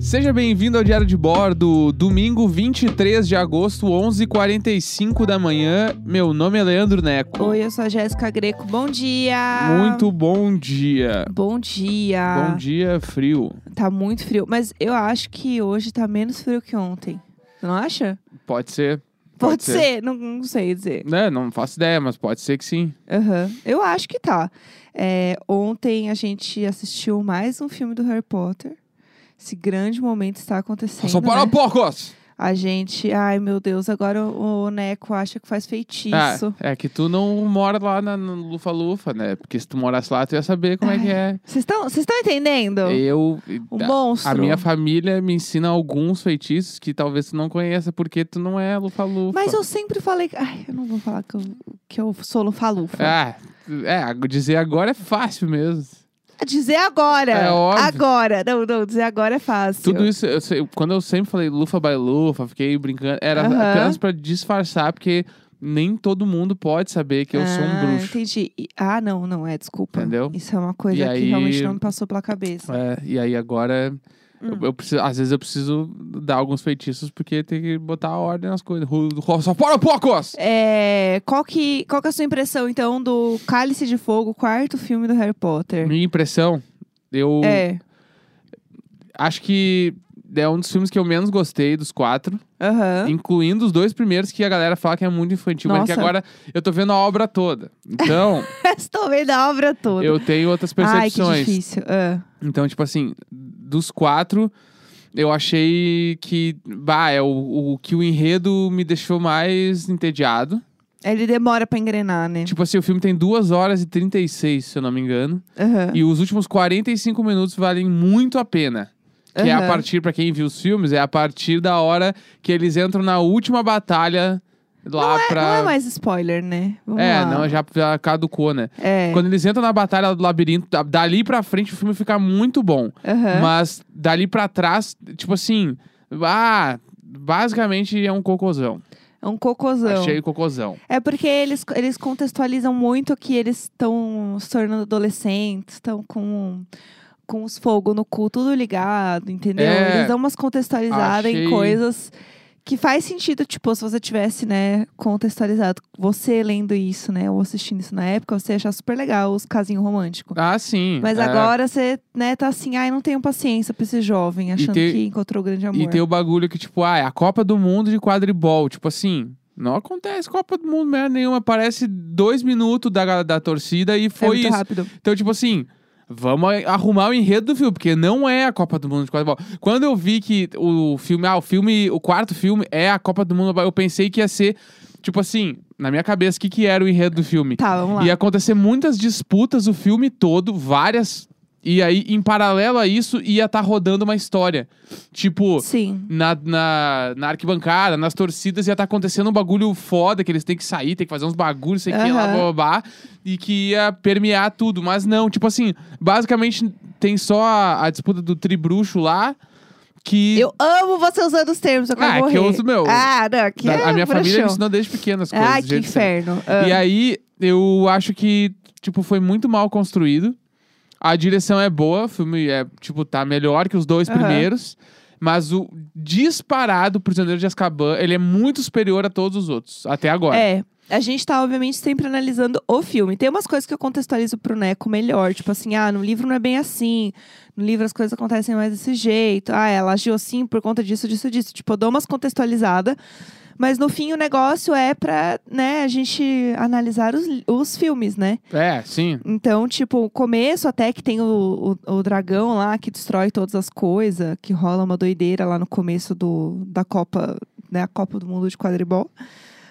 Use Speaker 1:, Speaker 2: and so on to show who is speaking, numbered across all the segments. Speaker 1: Seja bem-vindo ao Diário de Bordo, domingo 23 de agosto, 11h45 da manhã. Meu nome é Leandro Neco.
Speaker 2: Oi, eu sou a Jéssica Greco. Bom dia!
Speaker 1: Muito bom dia.
Speaker 2: Bom dia.
Speaker 1: Bom dia, frio.
Speaker 2: Tá muito frio, mas eu acho que hoje tá menos frio que ontem. Você não acha?
Speaker 1: Pode ser.
Speaker 2: Pode, ser, Não, não sei dizer.
Speaker 1: Né, não faço ideia, mas pode ser que sim.
Speaker 2: Aham. Eu acho que tá. É, ontem a gente assistiu mais um filme do Harry Potter. Esse grande momento está acontecendo.
Speaker 1: Só para
Speaker 2: né?
Speaker 1: poucos!
Speaker 2: A gente. Ai, meu Deus, agora o, o Neco acha que faz feitiço.
Speaker 1: É, é que tu não mora lá na no Lufa-Lufa, né? Porque se tu morasse lá, tu ia saber como é que é.
Speaker 2: Vocês estão vocês estão entendendo?
Speaker 1: Eu.
Speaker 2: O
Speaker 1: a-
Speaker 2: Um monstro.
Speaker 1: A minha família me ensina alguns feitiços que talvez tu não conheça, porque tu não é Lufa-Lufa.
Speaker 2: Mas eu sempre falei. que- Ai, eu não vou falar que eu, que eu sou lufalufa.
Speaker 1: Ah, é, dizer agora é fácil mesmo.
Speaker 2: Dizer agora.
Speaker 1: É óbvio.
Speaker 2: Agora. Não, não, dizer agora é fácil.
Speaker 1: Tudo isso, eu sei- quando eu sempre falei lufa by lufa, fiquei brincando, era
Speaker 2: Aham.
Speaker 1: apenas pra disfarçar, porque nem todo mundo pode saber que eu sou um
Speaker 2: Ah,
Speaker 1: bruxo.
Speaker 2: Entendi. E- Ah, não, não, é, desculpa.
Speaker 1: Entendeu?
Speaker 2: Isso é uma coisa
Speaker 1: E
Speaker 2: que
Speaker 1: aí-
Speaker 2: realmente não me passou pela cabeça.
Speaker 1: É, e aí agora,
Speaker 2: Hum.
Speaker 1: eu, eu preciso, às vezes eu preciso dar alguns feitiços, porque tem que botar a ordem nas coisas. Ru- ru- Só para poucos!
Speaker 2: É, qual, que, qual que é a sua impressão, então, do Cálice de Fogo, quarto filme do Harry Potter?
Speaker 1: Minha impressão, eu
Speaker 2: É.
Speaker 1: acho que é um dos filmes que eu menos gostei dos quatro.
Speaker 2: Aham.
Speaker 1: Incluindo os dois primeiros que a galera fala que é muito infantil, mas que
Speaker 2: Nossa.
Speaker 1: agora eu tô vendo a obra toda. Então,
Speaker 2: Estou vendo a obra toda.
Speaker 1: eu tenho outras
Speaker 2: Ai, que
Speaker 1: percepções.
Speaker 2: difícil. Ah,
Speaker 1: então, tipo assim, dos quatro, eu achei que, bah, é o, o que o enredo me deixou mais entediado.
Speaker 2: Ele demora pra engrenar, né?
Speaker 1: Tipo assim, o filme tem 2 horas e 36, se eu não me engano.
Speaker 2: Aham.
Speaker 1: E os últimos 45 minutos valem muito a pena. Que é a
Speaker 2: Aham.
Speaker 1: partir, pra quem viu os filmes, é a partir da hora que eles entram na última batalha lá pra.
Speaker 2: Não é mais spoiler, né? Vamos
Speaker 1: É,
Speaker 2: lá.
Speaker 1: não, já, já caducou, né?
Speaker 2: É.
Speaker 1: Quando eles entram na batalha do labirinto, da- dali pra frente o filme fica muito bom.
Speaker 2: Aham.
Speaker 1: Mas dali pra trás, tipo assim, ah, basicamente é um cocôzão.
Speaker 2: É um cocôzão.
Speaker 1: Achei cocôzão.
Speaker 2: É porque eles, eles contextualizam muito que eles estão se tornando adolescentes, estão com, com os fogos no cu tudo ligado, entendeu?
Speaker 1: É.
Speaker 2: Eles dão umas contextualizadas
Speaker 1: Achei.
Speaker 2: em coisas que faz sentido, tipo, se você tivesse, né, contextualizado, você lendo isso, né, ou assistindo isso na época, você ia achar super legal os casinhos românticos.
Speaker 1: Ah, sim.
Speaker 2: Mas
Speaker 1: é.
Speaker 2: agora você, né, tá assim, ai, não tenho paciência pra esse jovem, achando
Speaker 1: tem-
Speaker 2: que encontrou o grande amor.
Speaker 1: E tem o bagulho que, tipo, ah, é a Copa do Mundo de quadribol. Tipo assim, não acontece Copa do Mundo merda nenhuma. Aparece dois minutos da, ga- da torcida e
Speaker 2: é
Speaker 1: foi
Speaker 2: muito
Speaker 1: isso.
Speaker 2: rápido.
Speaker 1: Então, tipo assim, vamos a- arrumar o enredo do filme, porque não é a Copa do Mundo de quadribol. Quando eu vi que o filme, ah, o filme, o quarto filme é a Copa do Mundo, eu pensei que ia ser, tipo assim, na minha cabeça, o que, que era o enredo do filme?
Speaker 2: Tá, vamos lá.
Speaker 1: Ia acontecer muitas disputas o filme todo, várias. E aí, em paralelo a isso, ia estar rodando uma história. Tipo,
Speaker 2: Sim.
Speaker 1: na, na, na arquibancada, nas torcidas, ia tá acontecendo um bagulho foda, que eles têm que sair, tem que fazer uns bagulhos, sei que lá,
Speaker 2: Aham.
Speaker 1: blá, blá, blá, e que ia permear tudo. Mas não, tipo assim, basicamente tem só a, a disputa do tribruxo lá, que
Speaker 2: Eu amo você usando os termos, eu quero
Speaker 1: Ah, é que
Speaker 2: morrer.
Speaker 1: eu uso meu.
Speaker 2: Ah, não, que
Speaker 1: da-
Speaker 2: é
Speaker 1: a minha família me
Speaker 2: bruxão.
Speaker 1: ensinou desde pequenas coisas.
Speaker 2: Ai,
Speaker 1: do
Speaker 2: que
Speaker 1: jeito certo.
Speaker 2: inferno. Ah,
Speaker 1: E aí, eu acho que, tipo, foi muito mal construído. A direção é boa, o filme é, tipo, tá melhor que os dois
Speaker 2: Aham.
Speaker 1: primeiros. Mas o disparado Prisioneiro de Azkaban, ele é muito superior a todos os outros, até agora.
Speaker 2: é, a gente tá, obviamente, sempre analisando o filme. Tem umas coisas que eu contextualizo pro Neco melhor. Tipo assim, ah, no livro não é bem assim. No livro as coisas acontecem mais desse jeito. Ah, ela agiu assim por conta disso, disso, disso. Tipo, eu dou umas contextualizadas. Mas no fim o negócio é pra, né, a gente analisar os, os filmes, né?
Speaker 1: É, sim.
Speaker 2: Então, tipo, o começo até que tem o, o, o dragão lá que destrói todas as coisas, que rola uma doideira lá no começo do, da Copa, né? A Copa do Mundo de Quadribol.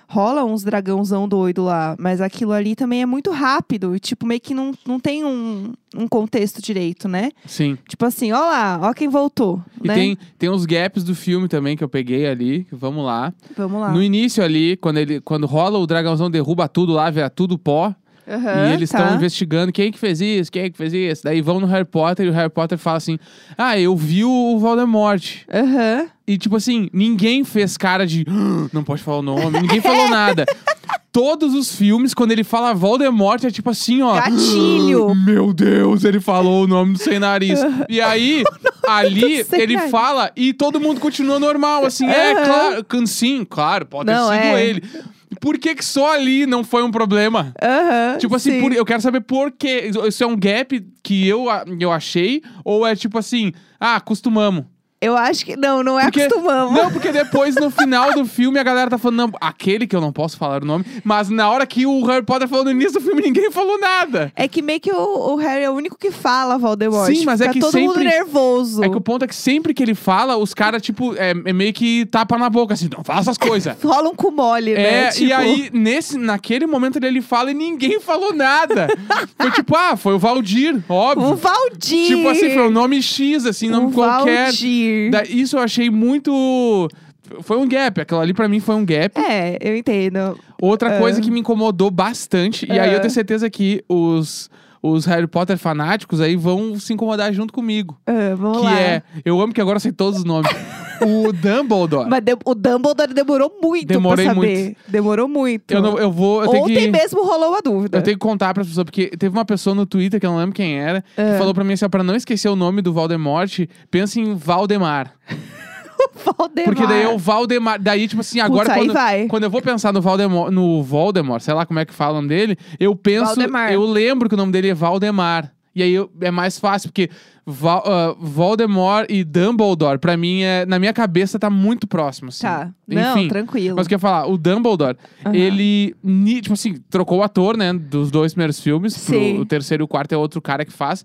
Speaker 2: Rola uns dragãozão doido lá, mas aquilo ali também é muito rápido. E, tipo, meio que não, não tem um, um contexto direito, né?
Speaker 1: Sim.
Speaker 2: Tipo assim, ó lá, ó quem voltou,
Speaker 1: E
Speaker 2: né?
Speaker 1: tem, tem uns gaps do filme também que eu peguei ali. que Vamos lá.
Speaker 2: Vamos lá.
Speaker 1: No início ali, quando, ele, quando rola o dragãozão, derruba tudo lá, vira tudo pó.
Speaker 2: Aham,
Speaker 1: e eles
Speaker 2: tá.
Speaker 1: estão investigando quem é que fez isso, quem que fez isso. Daí vão no Harry Potter e o Harry Potter fala assim: Ah, eu vi o Voldemort.
Speaker 2: Aham.
Speaker 1: E tipo assim, ninguém fez cara de. "Ah, Não pode falar o nome, ninguém falou nada. Todos os filmes, quando ele fala Voldemort, é tipo assim, ó.
Speaker 2: Gatilho.
Speaker 1: "Ah, Meu Deus, ele falou o nome do sem nariz. e aí, ali
Speaker 2: sem
Speaker 1: ele
Speaker 2: ar.
Speaker 1: fala e todo mundo continua normal, assim. É,
Speaker 2: Aham.
Speaker 1: claro. can- Sim, claro, pode
Speaker 2: Não,
Speaker 1: ter sido
Speaker 2: é.
Speaker 1: ele. Por que, que só ali não foi um problema?
Speaker 2: Aham,
Speaker 1: Tipo assim,
Speaker 2: sim.
Speaker 1: por- eu quero saber por quê. Isso é um gap que eu, a- eu achei? Ou é tipo assim, ah, acostumamos?
Speaker 2: Eu acho que. Não, não é
Speaker 1: Porque-
Speaker 2: acostumamos.
Speaker 1: Não, porque depois no final do filme a galera tá falando, não, aquele que eu não posso falar o nome, mas na hora que o Harry Potter falou no início do filme, ninguém falou nada.
Speaker 2: É que meio que o, o Harry é o único que fala Voldemort.
Speaker 1: Sim, mas é
Speaker 2: Fica
Speaker 1: que
Speaker 2: todo mundo
Speaker 1: sempre-
Speaker 2: nervoso.
Speaker 1: É que o ponto é que sempre que ele fala, os caras, tipo, é, é meio que tapa na boca, assim, não fala essas coisas.
Speaker 2: Rola um cu mole,
Speaker 1: É,
Speaker 2: né? Tipo,
Speaker 1: e aí, nesse, naquele momento ele, ele fala e ninguém falou nada. foi tipo, ah, foi o Valdir,
Speaker 2: O
Speaker 1: óbvio.
Speaker 2: Valdir!
Speaker 1: Tipo assim, foi o nome X, assim, nome
Speaker 2: o
Speaker 1: qualquer.
Speaker 2: Valdir.
Speaker 1: Da- isso eu achei muito. Foi um gap. Aquilo ali pra mim foi um gap.
Speaker 2: É, eu entendo. É.
Speaker 1: Outra coisa que me incomodou bastante, e aí eu
Speaker 2: Ah.
Speaker 1: tenho certeza que os, os Harry Potter fanáticos aí vão se incomodar junto comigo.
Speaker 2: Ah, vamos
Speaker 1: que
Speaker 2: lá.
Speaker 1: é. Eu amo que agora eu sei todos os nomes. o Dumbledore.
Speaker 2: Mas de- o Dumbledore demorou muito
Speaker 1: Demorei
Speaker 2: pra saber. Demorou muito.
Speaker 1: Eu, não- eu vou. Eu tenho
Speaker 2: Ontem
Speaker 1: que...
Speaker 2: mesmo rolou a dúvida.
Speaker 1: Eu tenho que contar pras pessoas, porque teve uma pessoa no Twitter, que eu não lembro quem era,
Speaker 2: É.
Speaker 1: que falou pra mim assim, ó, pra não esquecer o nome do Valdemort, pensa em Valdemar.
Speaker 2: Valdemar.
Speaker 1: Porque daí é o Valdemar. Daí, tipo assim, agora
Speaker 2: aí
Speaker 1: quando,
Speaker 2: vai.
Speaker 1: quando eu vou pensar no Valdemar, no Voldemort, sei lá como é que fala o nome dele, eu penso.
Speaker 2: Valdemar.
Speaker 1: Eu lembro que o nome dele é Valdemar. E aí eu- é mais fácil, porque Val, ah, Voldemort e Dumbledore, pra mim, é, na minha cabeça, tá muito próximo. Assim.
Speaker 2: Tá.
Speaker 1: Enfim,
Speaker 2: Não, tranquilo.
Speaker 1: Mas o que eu ia falar, o Dumbledore,
Speaker 2: Aham.
Speaker 1: ele, ni- tipo assim, trocou o ator, né, dos dois primeiros filmes. pro-
Speaker 2: Sim.
Speaker 1: o terceiro e o quarto é outro cara que faz.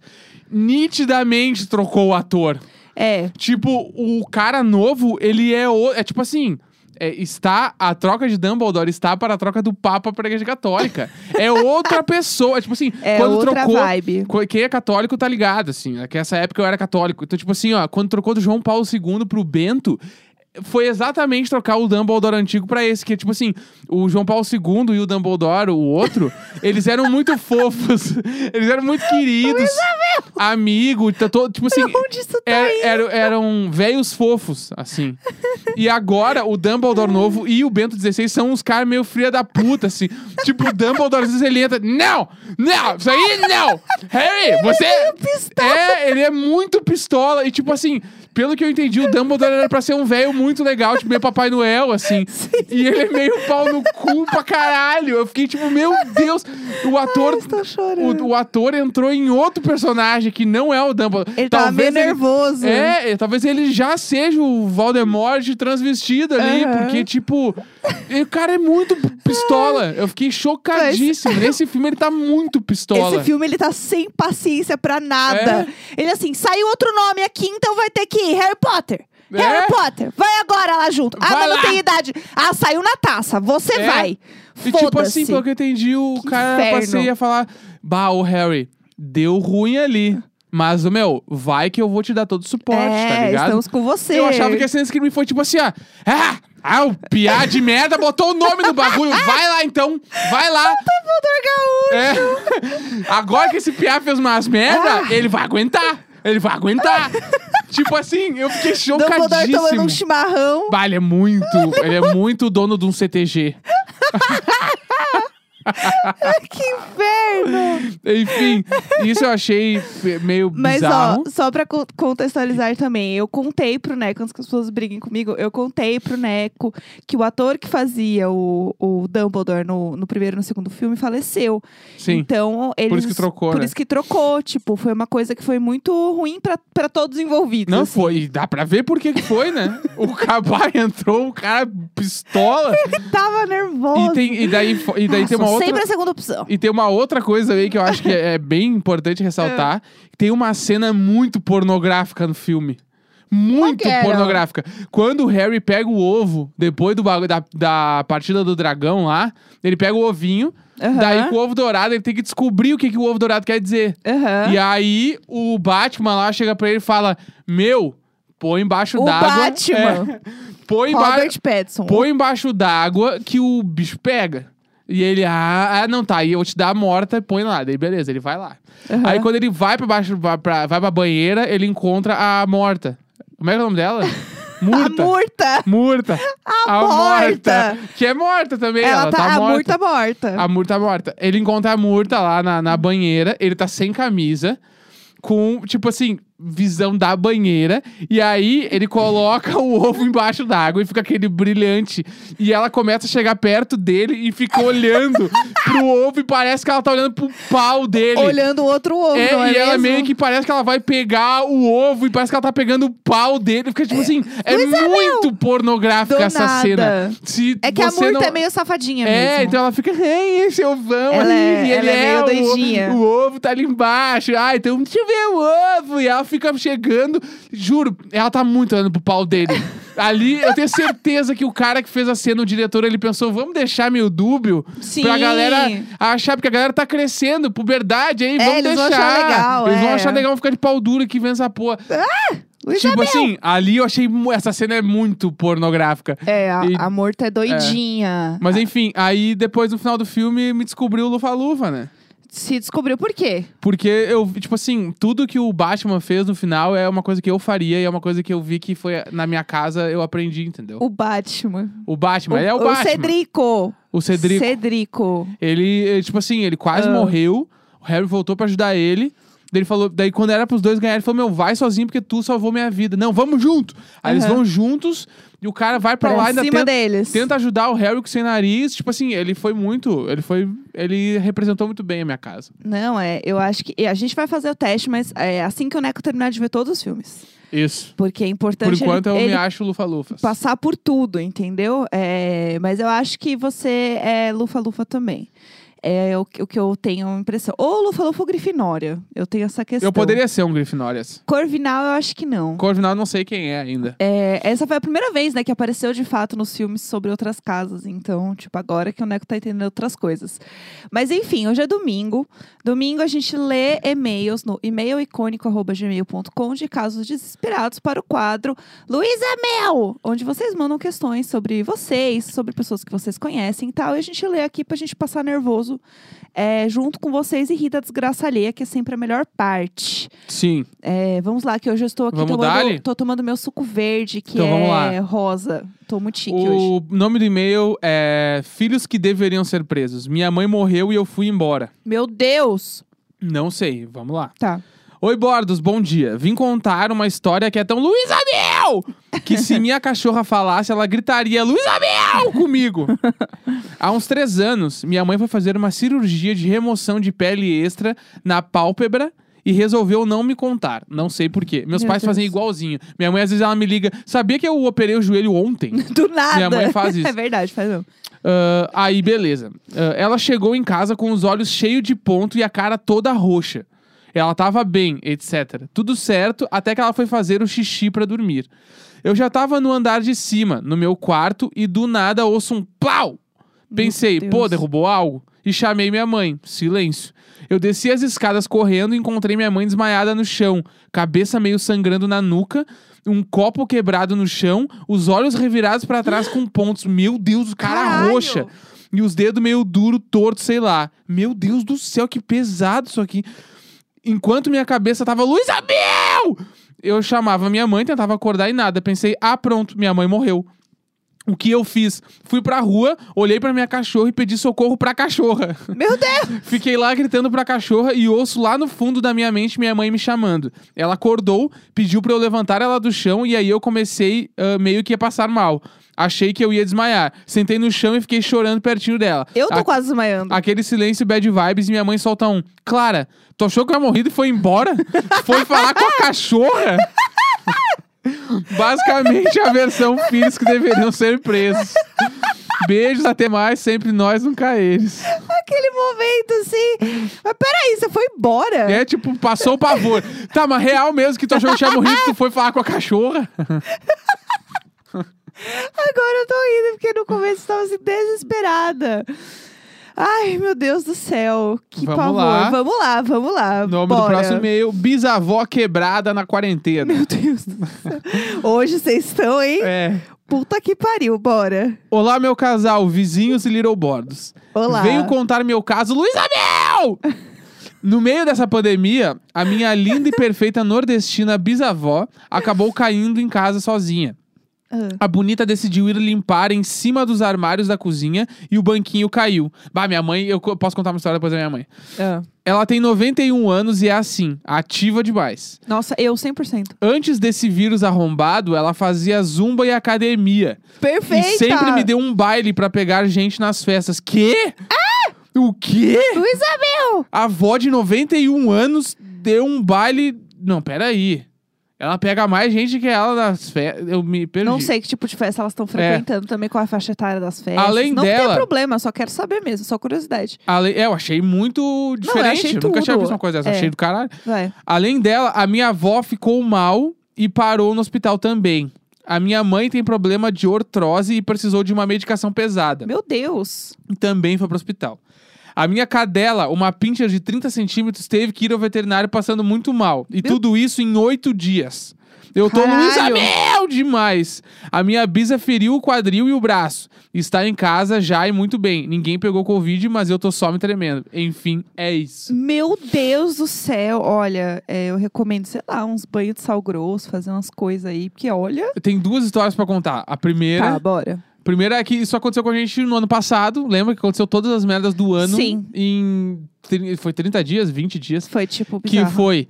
Speaker 1: Nitidamente trocou o ator.
Speaker 2: É.
Speaker 1: Tipo, o cara novo, ele é o. É tipo assim. é, está a troca de Dumbledore está para a troca do Papa para a Igreja Católica. é outra pessoa. É tipo assim,
Speaker 2: É
Speaker 1: quando
Speaker 2: outra
Speaker 1: trocou.
Speaker 2: vibe.
Speaker 1: co- Quem é católico tá ligado, assim. né? Que essa época eu era católico. Então, tipo assim, ó, quando trocou do João Paulo II pro Bento, foi exatamente trocar o Dumbledore antigo pra esse, que é tipo assim, o João Paulo II e o Dumbledore, o outro, eles eram muito fofos, eles eram muito queridos, amigo, tá to- tipo assim,
Speaker 2: Onde isso tá
Speaker 1: era-
Speaker 2: indo?
Speaker 1: era- eram velhos fofos, assim. E agora o Dumbledore novo e o Bento 16 são uns caras meio fria da puta, assim. Tipo, o Dumbledore às vezes ele entra. Não! Não! Isso aí não! Harry, você. É, ele é muito pistola. E tipo assim, pelo que eu entendi, o Dumbledore era pra ser um velho muito legal, tipo meio Papai Noel, assim. E ele é meio pau no cu pra caralho. Eu fiquei tipo, meu Deus, o ator.
Speaker 2: Eu estou tá chorando.
Speaker 1: O, o ator entrou em outro personagem que não é o Dumbledore.
Speaker 2: Ele tava meio
Speaker 1: Talvez ele-
Speaker 2: nervoso.
Speaker 1: é, talvez ele já seja o Voldemort transvestido ali,
Speaker 2: Aham.
Speaker 1: porque, tipo, e o cara é muito p- pistola. Eu fiquei chocadíssimo. Nesse filme ele tá muito pistola. É?
Speaker 2: Esse filme, ele tá sem paciência pra nada. Ele assim, saiu outro nome aqui, então vai ter que ir. Harry Potter.
Speaker 1: É?
Speaker 2: Harry Potter. Vai agora lá junto. ah,
Speaker 1: Vai
Speaker 2: mas
Speaker 1: lá.
Speaker 2: não tem idade. Ah, saiu na taça. Você
Speaker 1: É.
Speaker 2: vai.
Speaker 1: E, tipo
Speaker 2: Foda-se.
Speaker 1: assim, pelo que eu entendi, o
Speaker 2: Que
Speaker 1: cara
Speaker 2: inferno.
Speaker 1: passei ia falar: Bah, ô Harry, deu ruim ali. Mas, ô, meu, vai que eu vou te dar todo o suporte,
Speaker 2: é,
Speaker 1: tá ligado?
Speaker 2: estamos com você.
Speaker 1: Eu achava que a cena desse crime foi tipo assim, ó. Ah, ah, o piá de merda botou o nome no bagulho. Vai lá então, vai lá.
Speaker 2: Salvador Gaúcho.
Speaker 1: É. Agora que esse piá fez umas merda,
Speaker 2: Ah.
Speaker 1: ele vai aguentar. Ele vai aguentar. tipo assim, eu fiquei
Speaker 2: Dumbledore tomando
Speaker 1: chocadíssimo.
Speaker 2: um chimarrão.
Speaker 1: Bah, ele é muito, ele é muito dono de um CTG.
Speaker 2: que inferno!
Speaker 1: Enfim, isso eu achei meio
Speaker 2: Mas,
Speaker 1: bizarro.
Speaker 2: ó, só pra co- contextualizar também, eu contei pro Neco, antes que as pessoas briguem comigo, eu contei pro Neco que o ator que fazia o, o Dumbledore no, no primeiro e no segundo filme faleceu.
Speaker 1: Sim.
Speaker 2: Então, eles,
Speaker 1: isso que trocou,
Speaker 2: Por
Speaker 1: né?
Speaker 2: isso que trocou, tipo, foi uma coisa que foi muito ruim pra, pra todos envolvidos.
Speaker 1: Não
Speaker 2: assim.
Speaker 1: foi, e dá pra ver por que que foi, né? o cabá entrou, o cara pistola.
Speaker 2: Tava nervoso.
Speaker 1: E, tem- e daí, fo- e daí
Speaker 2: Ah,
Speaker 1: tem uma
Speaker 2: sou
Speaker 1: outra.
Speaker 2: Sempre a segunda opção.
Speaker 1: E tem uma outra coisa aí que eu acho que é é bem importante
Speaker 2: É.
Speaker 1: ressaltar. Tem uma cena muito pornográfica no filme. Muito
Speaker 2: Qual que era?
Speaker 1: pornográfica. Quando o Harry pega o ovo, depois do bagulho da, da partida do dragão lá, ele pega o ovinho,
Speaker 2: Aham.
Speaker 1: daí com o ovo dourado, ele tem que descobrir o que, que o ovo dourado quer dizer.
Speaker 2: Aham.
Speaker 1: E aí o Batman lá chega pra ele e fala: Meu, põe embaixo
Speaker 2: O
Speaker 1: d'água.
Speaker 2: Batman.
Speaker 1: É. põe embaixo.
Speaker 2: Robert Pattinson.
Speaker 1: Põe embaixo d'água que o bicho pega. E ele, ah, ah, não, tá, aí eu vou te dar a morta e põe lá. Daí, beleza, ele vai lá.
Speaker 2: Aham.
Speaker 1: Aí quando ele vai pra baixo, pra, pra- vai pra banheira, ele encontra a morta. Como é que é o nome dela? Murta.
Speaker 2: A Murta.
Speaker 1: Murta. A,
Speaker 2: morta.
Speaker 1: Que é morta também. Ela,
Speaker 2: Ela, tá, a
Speaker 1: morta.
Speaker 2: Murta morta.
Speaker 1: A Murta morta. Ele encontra a Murta lá na, na banheira, ele tá sem camisa, tá com, tipo assim, visão da banheira. E aí ele coloca o ovo embaixo da água e fica aquele brilhante. E ela começa a chegar perto dele e fica olhando pro ovo e parece que ela tá olhando pro pau dele.
Speaker 2: Olhando o outro ovo,
Speaker 1: É,
Speaker 2: não é
Speaker 1: e ela
Speaker 2: mesmo?
Speaker 1: meio que parece que ela vai pegar o ovo e parece que ela tá pegando o pau dele. Fica tipo assim, é
Speaker 2: Pois é,
Speaker 1: muito pornográfica
Speaker 2: Do
Speaker 1: essa
Speaker 2: nada.
Speaker 1: cena. Se
Speaker 2: É que a
Speaker 1: você
Speaker 2: Murta
Speaker 1: não...
Speaker 2: é meio safadinha
Speaker 1: É,
Speaker 2: mesmo.
Speaker 1: então ela fica, ei, esse ovão
Speaker 2: Ela
Speaker 1: ali,
Speaker 2: é-
Speaker 1: e ele
Speaker 2: ela é meio
Speaker 1: o-
Speaker 2: doidinha.
Speaker 1: O, ovo tá ali embaixo, ah, então deixa eu ver o ovo. E ela fica chegando, juro, ela tá muito olhando pro pau dele. Ali, eu tenho certeza que o cara que fez a cena, o diretor, ele pensou, vamos deixar meio dúbio
Speaker 2: Sim.
Speaker 1: pra galera achar, porque a galera tá crescendo, puberdade, aí,
Speaker 2: É,
Speaker 1: vamos
Speaker 2: eles vão
Speaker 1: deixar.
Speaker 2: achar legal,
Speaker 1: eles vão
Speaker 2: é.
Speaker 1: achar legal ficar de pau duro aqui vendo essa porra.
Speaker 2: Luiz
Speaker 1: tipo
Speaker 2: Abel.
Speaker 1: assim, ali eu achei, mu- essa cena é muito pornográfica.
Speaker 2: É, a,
Speaker 1: E-
Speaker 2: a Murta é doidinha.
Speaker 1: Mas enfim, aí depois no final do filme me descobriu o Lufa-Luva, né?
Speaker 2: Se descobriu por quê?
Speaker 1: Porque eu, tipo assim, tudo que o Batman fez no final é uma coisa que eu faria e é uma coisa que eu vi que foi na minha casa, eu aprendi, entendeu?
Speaker 2: O Batman.
Speaker 1: O, Batman, ele Então. é o,
Speaker 2: o
Speaker 1: Batman.
Speaker 2: Cedrico.
Speaker 1: O Cedrico.
Speaker 2: Cedrico.
Speaker 1: Ele, eh, tipo assim, ele quase
Speaker 2: Ah.
Speaker 1: morreu. O Harry voltou pra ajudar ele. Daí ele falou, daí quando era pros dois ganhar, ele falou: "Meu, vai sozinho porque tu salvou minha vida". Não, vamos junto. Aí eles
Speaker 2: Aham.
Speaker 1: vão juntos e o cara vai pra,
Speaker 2: Pra
Speaker 1: lá e ainda
Speaker 2: cima
Speaker 1: tenta,
Speaker 2: deles.
Speaker 1: tenta ajudar o Harry com sem nariz. Tipo assim, ele foi muito, ele foi, ele representou muito bem a minha casa.
Speaker 2: Não, é, eu acho que. e A gente vai fazer o teste, mas é, assim que o Neco terminar de ver todos os filmes.
Speaker 1: Isso.
Speaker 2: Porque é importante
Speaker 1: Por enquanto
Speaker 2: ele,
Speaker 1: eu
Speaker 2: ele
Speaker 1: me acho lufa-lufas.
Speaker 2: passar por tudo, entendeu? É, mas eu acho que você é lufa-lufa também. É o, que- o que eu tenho a impressão. Ou lufa-lufa ou grifinória. Eu tenho essa questão.
Speaker 1: Eu poderia ser um Grifinórias.
Speaker 2: Corvinal, eu acho que não.
Speaker 1: Corvinal não sei quem é ainda.
Speaker 2: É, essa foi a primeira vez, né, que apareceu de fato nos filmes sobre outras casas. Então, tipo, agora que o Neco tá entendendo outras coisas. Mas enfim, hoje é domingo. Domingo a gente lê e-mails no e-mailicônico.gmail.com de casos desesperados para o quadro Luísa Mel! Onde vocês mandam questões sobre vocês, sobre pessoas que vocês conhecem e tal. E a gente lê aqui pra gente passar nervoso é, junto com vocês e rir da desgraça alheia, que é sempre a melhor parte.
Speaker 1: Sim.
Speaker 2: É, vamos lá, que hoje eu estou aqui
Speaker 1: Vamos dar-lhe?
Speaker 2: tomando, tô tomando meu suco verde, que
Speaker 1: Então vamos lá.
Speaker 2: é rosa. Tô muito chique hoje.
Speaker 1: O nome do e-mail é Filhos que deveriam ser presos. Minha mãe morreu e eu fui embora.
Speaker 2: Meu Deus!
Speaker 1: Não sei, vamos lá.
Speaker 2: Tá.
Speaker 1: Oi, Bordos, bom dia. Vim contar uma história que é tão Luísa Mel! Que se minha cachorra falasse, ela gritaria Luísa Mel comigo. Há uns três anos, minha mãe foi fazer uma cirurgia de remoção de pele extra na pálpebra e resolveu não me contar. Não sei por quê. Meus
Speaker 2: Meu
Speaker 1: pais fazem
Speaker 2: Deus.
Speaker 1: igualzinho. Minha mãe às vezes ela me liga, sabia que eu operei o joelho ontem?
Speaker 2: Do nada.
Speaker 1: Minha mãe faz isso.
Speaker 2: é verdade, faz não.
Speaker 1: Ah, aí, beleza. Ah, ela chegou em casa com os olhos cheios de ponto e a cara toda roxa. Ela tava bem, etc. Tudo certo, até que ela foi fazer o xixi pra dormir. Eu já tava no andar de cima, no meu quarto, e do nada ouço um pau! Pensei,
Speaker 2: Deus.
Speaker 1: pô, derrubou algo? E chamei minha mãe. Silêncio. Eu desci as escadas correndo e encontrei minha mãe desmaiada no chão, cabeça meio sangrando na nuca, um copo quebrado no chão, os olhos revirados pra trás com pontos. Meu Deus, o cara
Speaker 2: Caralho!
Speaker 1: roxa. E os dedos meio duro, torto, sei lá. Meu Deus do céu, que pesado isso aqui. Enquanto minha cabeça tava, Luísa Mel! Eu chamava minha mãe, tentava acordar e nada. Pensei, ah, pronto, minha mãe morreu. O que eu fiz? Fui pra rua, olhei pra minha cachorra e pedi socorro pra cachorra.
Speaker 2: Meu Deus!
Speaker 1: Fiquei lá gritando pra cachorra e ouço lá no fundo da minha mente minha mãe me chamando. Ela acordou, pediu pra eu levantar ela do chão e aí eu comecei ah, meio que a passar mal. Achei que eu ia desmaiar. Sentei no chão e fiquei chorando pertinho dela.
Speaker 2: Eu tô
Speaker 1: A-
Speaker 2: quase desmaiando.
Speaker 1: Aquele silêncio bad vibes e minha mãe solta um. Clara, tu achou que eu ia morrido e foi embora? foi falar com a cachorra? Basicamente a versão filhos que deveriam ser presos. Beijos, até mais, sempre nós, nunca eles.
Speaker 2: Aquele momento, assim. Mas peraí, você foi embora?
Speaker 1: É tipo, passou o pavor. Tá, mas real mesmo que tu achou que tinha morrido, tu foi falar com a cachorra?
Speaker 2: Agora eu tô rindo, porque no começo eu tava assim, desesperada. Ai, meu Deus do céu. Que
Speaker 1: Vamos
Speaker 2: pavor.
Speaker 1: lá.
Speaker 2: Vamos lá, vamos lá.
Speaker 1: Nome do
Speaker 2: Bora.
Speaker 1: próximo e-mail: Bisavó quebrada na quarentena.
Speaker 2: Meu Deus do céu. Hoje vocês estão, hein?
Speaker 1: É.
Speaker 2: Puta que pariu, bora.
Speaker 1: Olá, meu casal, vizinhos e Little Bordos.
Speaker 2: Olá.
Speaker 1: Venho contar meu caso, Luísa Mel! No meio dessa pandemia, a minha linda e perfeita nordestina bisavó acabou caindo em casa sozinha.
Speaker 2: Ah.
Speaker 1: A bonita decidiu ir limpar em cima dos armários da cozinha e o banquinho caiu. Bah, minha mãe, eu co- posso contar uma história depois da minha mãe.
Speaker 2: Ah.
Speaker 1: Ela tem 91 anos e é assim, ativa demais.
Speaker 2: Nossa, eu 100%.
Speaker 1: Antes desse vírus arrombado, ela fazia zumba e academia.
Speaker 2: Perfeita!
Speaker 1: E sempre me deu um baile pra pegar gente nas festas. Quê? O quê?
Speaker 2: Ah! Isabel!
Speaker 1: A avó de 91 anos deu um baile. Não, peraí. Ela pega mais gente que ela nas festas. Eu me perdi.
Speaker 2: Não sei que tipo de festa elas estão frequentando também, qual é a faixa etária das festas.
Speaker 1: Além
Speaker 2: não
Speaker 1: dela-
Speaker 2: tem problema, só quero saber mesmo, só curiosidade.
Speaker 1: Ale... É, eu achei muito diferente.
Speaker 2: achei
Speaker 1: eu nunca tinha
Speaker 2: tudo.
Speaker 1: visto uma coisa dessa.
Speaker 2: É.
Speaker 1: Achei do caralho.
Speaker 2: Vai.
Speaker 1: Além dela, a minha avó ficou mal e parou no hospital também. A minha mãe tem problema de ortrose e precisou de uma medicação pesada.
Speaker 2: Meu Deus!
Speaker 1: E também foi pro hospital. A minha cadela, uma pincher de 30 centímetros, teve que ir ao veterinário passando muito mal. E tudo isso em oito dias. Eu tô no
Speaker 2: Caralho!
Speaker 1: Isabel demais. A minha bisa feriu o quadril e o braço. Está em casa já e muito bem. Ninguém pegou Covid, mas eu tô só me tremendo. Enfim, é isso.
Speaker 2: Meu Deus do céu! Olha, é, eu recomendo, sei lá, uns banhos de sal grosso, fazer umas coisas aí, porque olha.
Speaker 1: Eu tenho duas histórias pra contar. A primeira,
Speaker 2: Tá, bora.
Speaker 1: primeira é que isso aconteceu com a gente no ano passado. Lembra que aconteceu todas as merdas do ano?
Speaker 2: Sim.
Speaker 1: Em tri- foi 30 dias, 20 dias.
Speaker 2: Foi tipo
Speaker 1: Que
Speaker 2: bizarro.
Speaker 1: foi.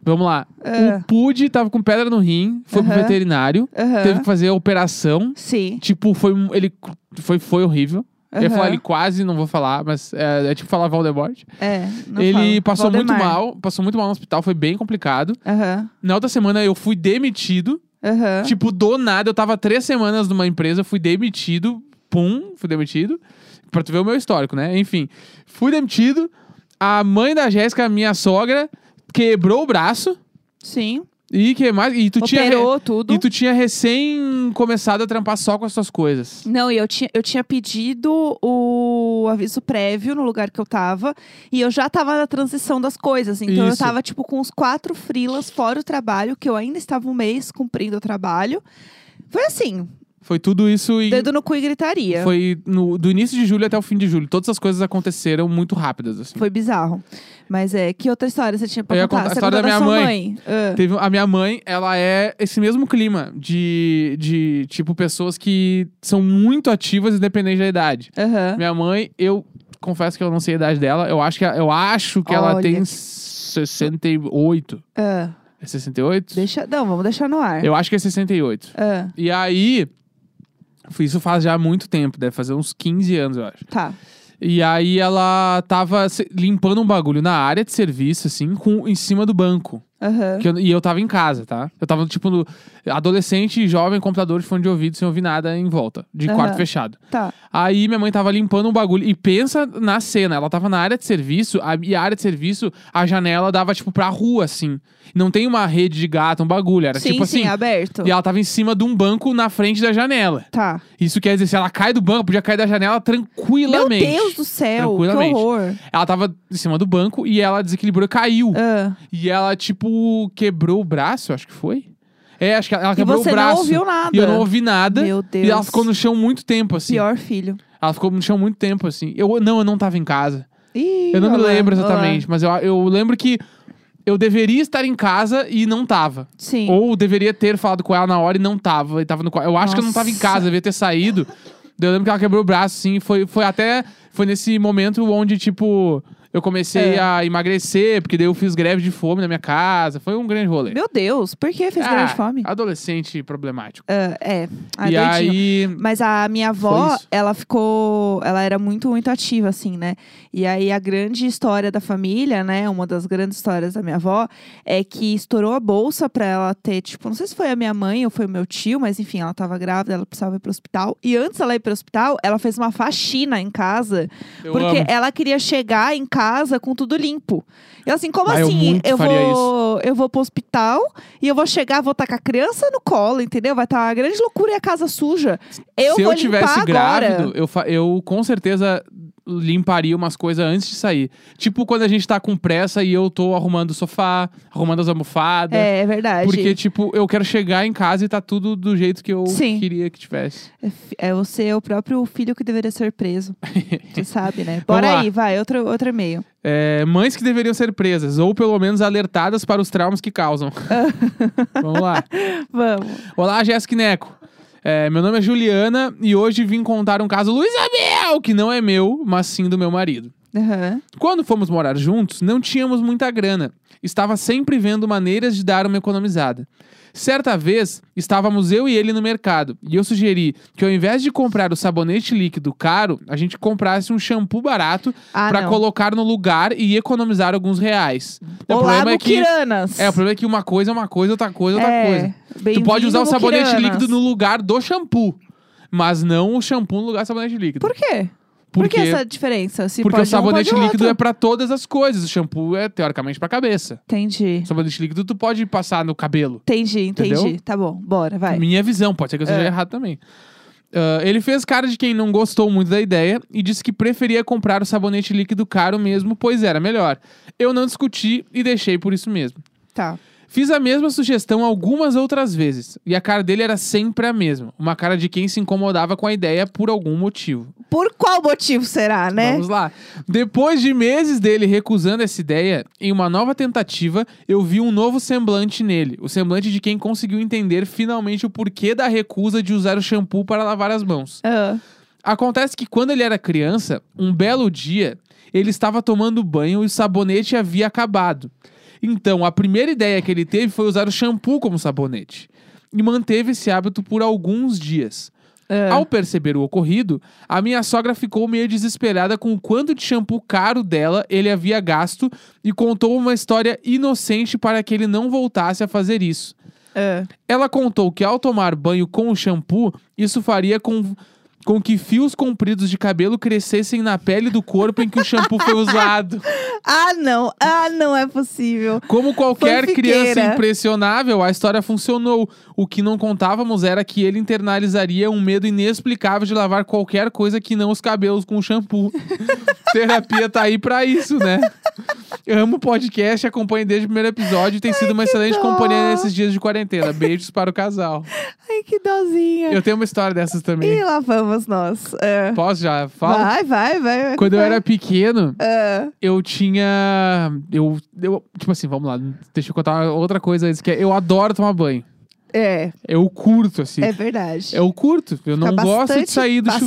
Speaker 1: Vamos lá.
Speaker 2: É.
Speaker 1: O Pude tava com pedra no rim, foi pro
Speaker 2: Aham.
Speaker 1: veterinário,
Speaker 2: Aham.
Speaker 1: um teve que fazer a operação.
Speaker 2: Sim.
Speaker 1: Tipo, foi um- ele foi, foi horrível. Eu ia
Speaker 2: Aham.
Speaker 1: falar, ele quase, não vou falar, mas é, é tipo falar Valdemort.
Speaker 2: É, não
Speaker 1: ele
Speaker 2: fala.
Speaker 1: passou muito
Speaker 2: Valdemar.
Speaker 1: mal, passou muito mal no hospital, foi bem complicado.
Speaker 2: Aham.
Speaker 1: Na outra semana eu fui demitido.
Speaker 2: Aham.
Speaker 1: Tipo, do nada, eu tava três semanas numa empresa, fui demitido, pum, fui demitido. Pra tu ver o meu histórico, né? Enfim, fui demitido. A mãe da Jéssica, minha sogra, quebrou o braço.
Speaker 2: Sim.
Speaker 1: E que mais? E tu tinha
Speaker 2: Operou tudo.
Speaker 1: e tu tinha recém começado a trampar só com as tuas coisas.
Speaker 2: Não, e eu tinha, eu tinha pedido o aviso prévio no lugar que eu tava. E eu já tava na transição das coisas. Então eu
Speaker 1: Isso.
Speaker 2: tava, tipo, com uns quatro frilas fora o trabalho, que eu ainda estava um mês cumprindo o trabalho. Foi assim,
Speaker 1: Foi tudo isso e
Speaker 2: dedo no cu e gritaria. Foi,
Speaker 1: foi no- do início de julho até o fim de julho. Todas as coisas aconteceram muito rápidas assim.
Speaker 2: bizarro. Mas é, que outra história você tinha pra
Speaker 1: Eu ia contar
Speaker 2: contar?
Speaker 1: a
Speaker 2: Você
Speaker 1: história
Speaker 2: contou
Speaker 1: da minha
Speaker 2: sua
Speaker 1: mãe.
Speaker 2: Ah,
Speaker 1: Teve a minha mãe, ela é esse mesmo clima de, de tipo pessoas que são muito ativas independente da idade.
Speaker 2: Ah, Aham.
Speaker 1: Minha mãe, eu confesso que eu não sei a idade dela. Eu acho que eu acho que ela
Speaker 2: Olha
Speaker 1: tem
Speaker 2: que-
Speaker 1: 68.
Speaker 2: ah,
Speaker 1: É 68?
Speaker 2: deixa, não, vamos deixar no ar.
Speaker 1: Eu acho que é 68.
Speaker 2: Ah,
Speaker 1: E aí, foi- isso faz já muito tempo, deve fazer uns 15 anos, eu acho.
Speaker 2: tá.
Speaker 1: E aí ela tava se- limpando um bagulho na área de serviço, assim, com, em cima do banco.
Speaker 2: Aham.
Speaker 1: Que eu- e eu tava em casa, tá? Eu tava, tipo, no, adolescente, jovem, computador de fone de ouvido, sem ouvir nada em volta, de quarto
Speaker 2: Aham.
Speaker 1: fechado.
Speaker 2: Tá.
Speaker 1: Aí minha mãe tava limpando um bagulho. E pensa na cena, ela tava na área de serviço, a, e a área de serviço, a janela dava, tipo, pra rua, assim. Não tem uma rede de gato, um bagulho. Era
Speaker 2: sim,
Speaker 1: tipo
Speaker 2: sim, é
Speaker 1: assim.
Speaker 2: aberto.
Speaker 1: E ela tava em cima de um banco na frente da janela.
Speaker 2: Tá.
Speaker 1: Isso quer dizer, se ela cai do banco, podia cair da janela
Speaker 2: Meu
Speaker 1: tranquilamente.
Speaker 2: Deus do céu, que
Speaker 1: Tranquilamente.
Speaker 2: horror.
Speaker 1: Ela tava em cima do banco e ela desequilibrou e caiu.
Speaker 2: Ah.
Speaker 1: E ela, tipo, quebrou o braço, acho que foi. É, acho que ela ela
Speaker 2: E
Speaker 1: quebrou
Speaker 2: você
Speaker 1: o braço.
Speaker 2: não ouviu nada.
Speaker 1: E eu não ouvi nada.
Speaker 2: Meu Deus.
Speaker 1: E ela ficou no chão muito tempo, assim.
Speaker 2: Pior filho.
Speaker 1: Ela ficou no chão muito tempo, assim. Eu, não, eu não tava em casa.
Speaker 2: Ih,
Speaker 1: Eu não me
Speaker 2: olá,
Speaker 1: lembro
Speaker 2: olá.
Speaker 1: exatamente, mas eu, eu lembro que eu deveria estar em casa e não tava.
Speaker 2: Sim.
Speaker 1: Ou deveria ter falado com ela na hora e não tava. E tava no quarto. Eu acho que eu não tava em
Speaker 2: Nossa.
Speaker 1: casa, devia ter saído. Daí Eu lembro que ela quebrou o braço, sim. Foi, foi até. Foi nesse momento onde, tipo, eu comecei
Speaker 2: É.
Speaker 1: a emagrecer, porque daí eu fiz greve de fome na minha casa. Foi um grande rolê.
Speaker 2: Meu Deus, por que fez grande
Speaker 1: Ah,
Speaker 2: fome?
Speaker 1: Adolescente problemático.
Speaker 2: Ah, é. Ah,
Speaker 1: e
Speaker 2: doidinho.
Speaker 1: aí.
Speaker 2: Mas a minha
Speaker 1: Foi
Speaker 2: avó,
Speaker 1: isso.
Speaker 2: ela ficou. Ela era muito, muito ativa, assim, né? E aí a grande história da família, né? Uma das grandes histórias da minha avó é que estourou a bolsa pra ela ter, tipo, não sei se foi a minha mãe ou foi o meu tio, mas enfim, ela tava grávida, ela precisava ir pro hospital. E antes dela ir pro hospital, ela fez uma faxina em casa.
Speaker 1: Eu
Speaker 2: porque
Speaker 1: amo.
Speaker 2: ela queria chegar em casa com tudo limpo. E ela assim, como
Speaker 1: Ah, eu
Speaker 2: assim?
Speaker 1: muito faria
Speaker 2: vou, eu vou pro hospital e eu vou chegar, vou estar com a criança no colo, entendeu? Vai estar uma grande loucura e a casa suja. Eu
Speaker 1: Se
Speaker 2: vou
Speaker 1: eu tivesse
Speaker 2: limpar
Speaker 1: grávido, né?
Speaker 2: agora.
Speaker 1: eu, fa- eu com certeza limparia umas coisas antes de sair. Tipo quando a gente tá com pressa e eu tô arrumando o sofá, arrumando as almofadas.
Speaker 2: É, é verdade.
Speaker 1: Porque, tipo, eu quero chegar em casa e tá tudo do jeito que eu
Speaker 2: Sim.
Speaker 1: queria que tivesse.
Speaker 2: É fi- É você, é o próprio filho que deveria ser preso. Você sabe, né? Bora
Speaker 1: lá.
Speaker 2: aí, vai, outro, outro e-mail.
Speaker 1: É, mães que deveriam ser presas, ou pelo menos alertadas para os traumas que causam. Vamos lá.
Speaker 2: Vamos.
Speaker 1: Olá, Jéssica e Neco. É, É, meu nome é Juliana e hoje vim contar um caso Luiz Abel, que não é meu, mas sim do meu marido.
Speaker 2: Aham.
Speaker 1: Quando fomos morar juntos, não tínhamos muita grana. Estava sempre vendo maneiras de dar uma economizada. Certa vez, estávamos eu e ele no mercado, e eu sugeri que ao invés de comprar o sabonete líquido caro, a gente comprasse um shampoo barato
Speaker 2: Ah,
Speaker 1: para
Speaker 2: não.
Speaker 1: colocar no lugar e economizar alguns reais. o
Speaker 2: Olá,
Speaker 1: problema é que
Speaker 2: Buquiranas.
Speaker 1: é, o problema é que uma coisa é uma coisa, outra coisa é outra
Speaker 2: É,
Speaker 1: coisa. Tu
Speaker 2: bem-vindo,
Speaker 1: pode usar o sabonete
Speaker 2: Buquiranas.
Speaker 1: líquido no lugar do shampoo, mas não o shampoo no lugar do sabonete líquido.
Speaker 2: Por quê? Por que essa diferença? Se
Speaker 1: Porque
Speaker 2: pode
Speaker 1: o sabonete
Speaker 2: um, pode
Speaker 1: líquido é
Speaker 2: outro.
Speaker 1: pra todas as coisas. O shampoo é, teoricamente, pra cabeça.
Speaker 2: Entendi.
Speaker 1: O sabonete líquido tu pode passar no cabelo.
Speaker 2: Entendi, entendi.
Speaker 1: Entendeu?
Speaker 2: Tá bom, bora, vai.
Speaker 1: Minha visão, pode ser que eu seja
Speaker 2: É.
Speaker 1: errado também. Ah, ele fez cara de quem não gostou muito da ideia e disse que preferia comprar o sabonete líquido caro mesmo, pois era melhor. Eu não discuti e deixei por isso mesmo.
Speaker 2: Tá.
Speaker 1: Fiz a mesma sugestão algumas outras vezes, e a cara dele era sempre a mesma. Uma cara de quem se incomodava com a ideia por algum motivo.
Speaker 2: Por qual motivo será, né?
Speaker 1: Vamos lá. Depois de meses dele recusando essa ideia, em uma nova tentativa, eu vi um novo semblante nele. O semblante de quem conseguiu entender finalmente o porquê da recusa de usar o shampoo para lavar as mãos.
Speaker 2: Ah,
Speaker 1: Acontece que quando ele era criança, um belo dia, ele estava tomando banho e o sabonete havia acabado. Então, a primeira ideia que ele teve foi usar o shampoo como sabonete. E manteve esse hábito por alguns dias.
Speaker 2: ah.
Speaker 1: Ao perceber o ocorrido, a minha sogra ficou meio desesperada com o quanto de shampoo caro dela ele havia gasto e contou uma história inocente para que ele não voltasse a fazer isso.
Speaker 2: Ah.
Speaker 1: Ela contou que ao tomar banho com o shampoo, isso faria com, com que fios compridos de cabelo crescessem na pele do corpo em que o shampoo foi usado.
Speaker 2: Ah, não. Ah, não é possível.
Speaker 1: Como qualquer
Speaker 2: Fanfiqueira.
Speaker 1: criança impressionável, a história funcionou. O que não contávamos era que ele internalizaria um medo inexplicável de lavar qualquer coisa que não os cabelos com shampoo. Terapia tá aí pra isso, né? Amo o podcast, acompanho desde o primeiro episódio e tem sido uma excelente
Speaker 2: dó.
Speaker 1: companhia nesses dias de quarentena. Beijos para o casal.
Speaker 2: Ai, que dozinha.
Speaker 1: Eu tenho uma história dessas também.
Speaker 2: E lá vamos nós. Ah.
Speaker 1: Posso já? Fala.
Speaker 2: Vai, vai, vai.
Speaker 1: Quando eu era pequeno,
Speaker 2: Ah,
Speaker 1: eu tinha. Eu, eu. Tipo assim, vamos lá. Deixa eu contar outra coisa antes, que é eu adoro tomar banho.
Speaker 2: é,
Speaker 1: Eu curto, assim.
Speaker 2: é verdade.
Speaker 1: Eu curto. Eu não
Speaker 2: Fica
Speaker 1: gosto de
Speaker 2: bastante-
Speaker 1: sair do
Speaker 2: bastante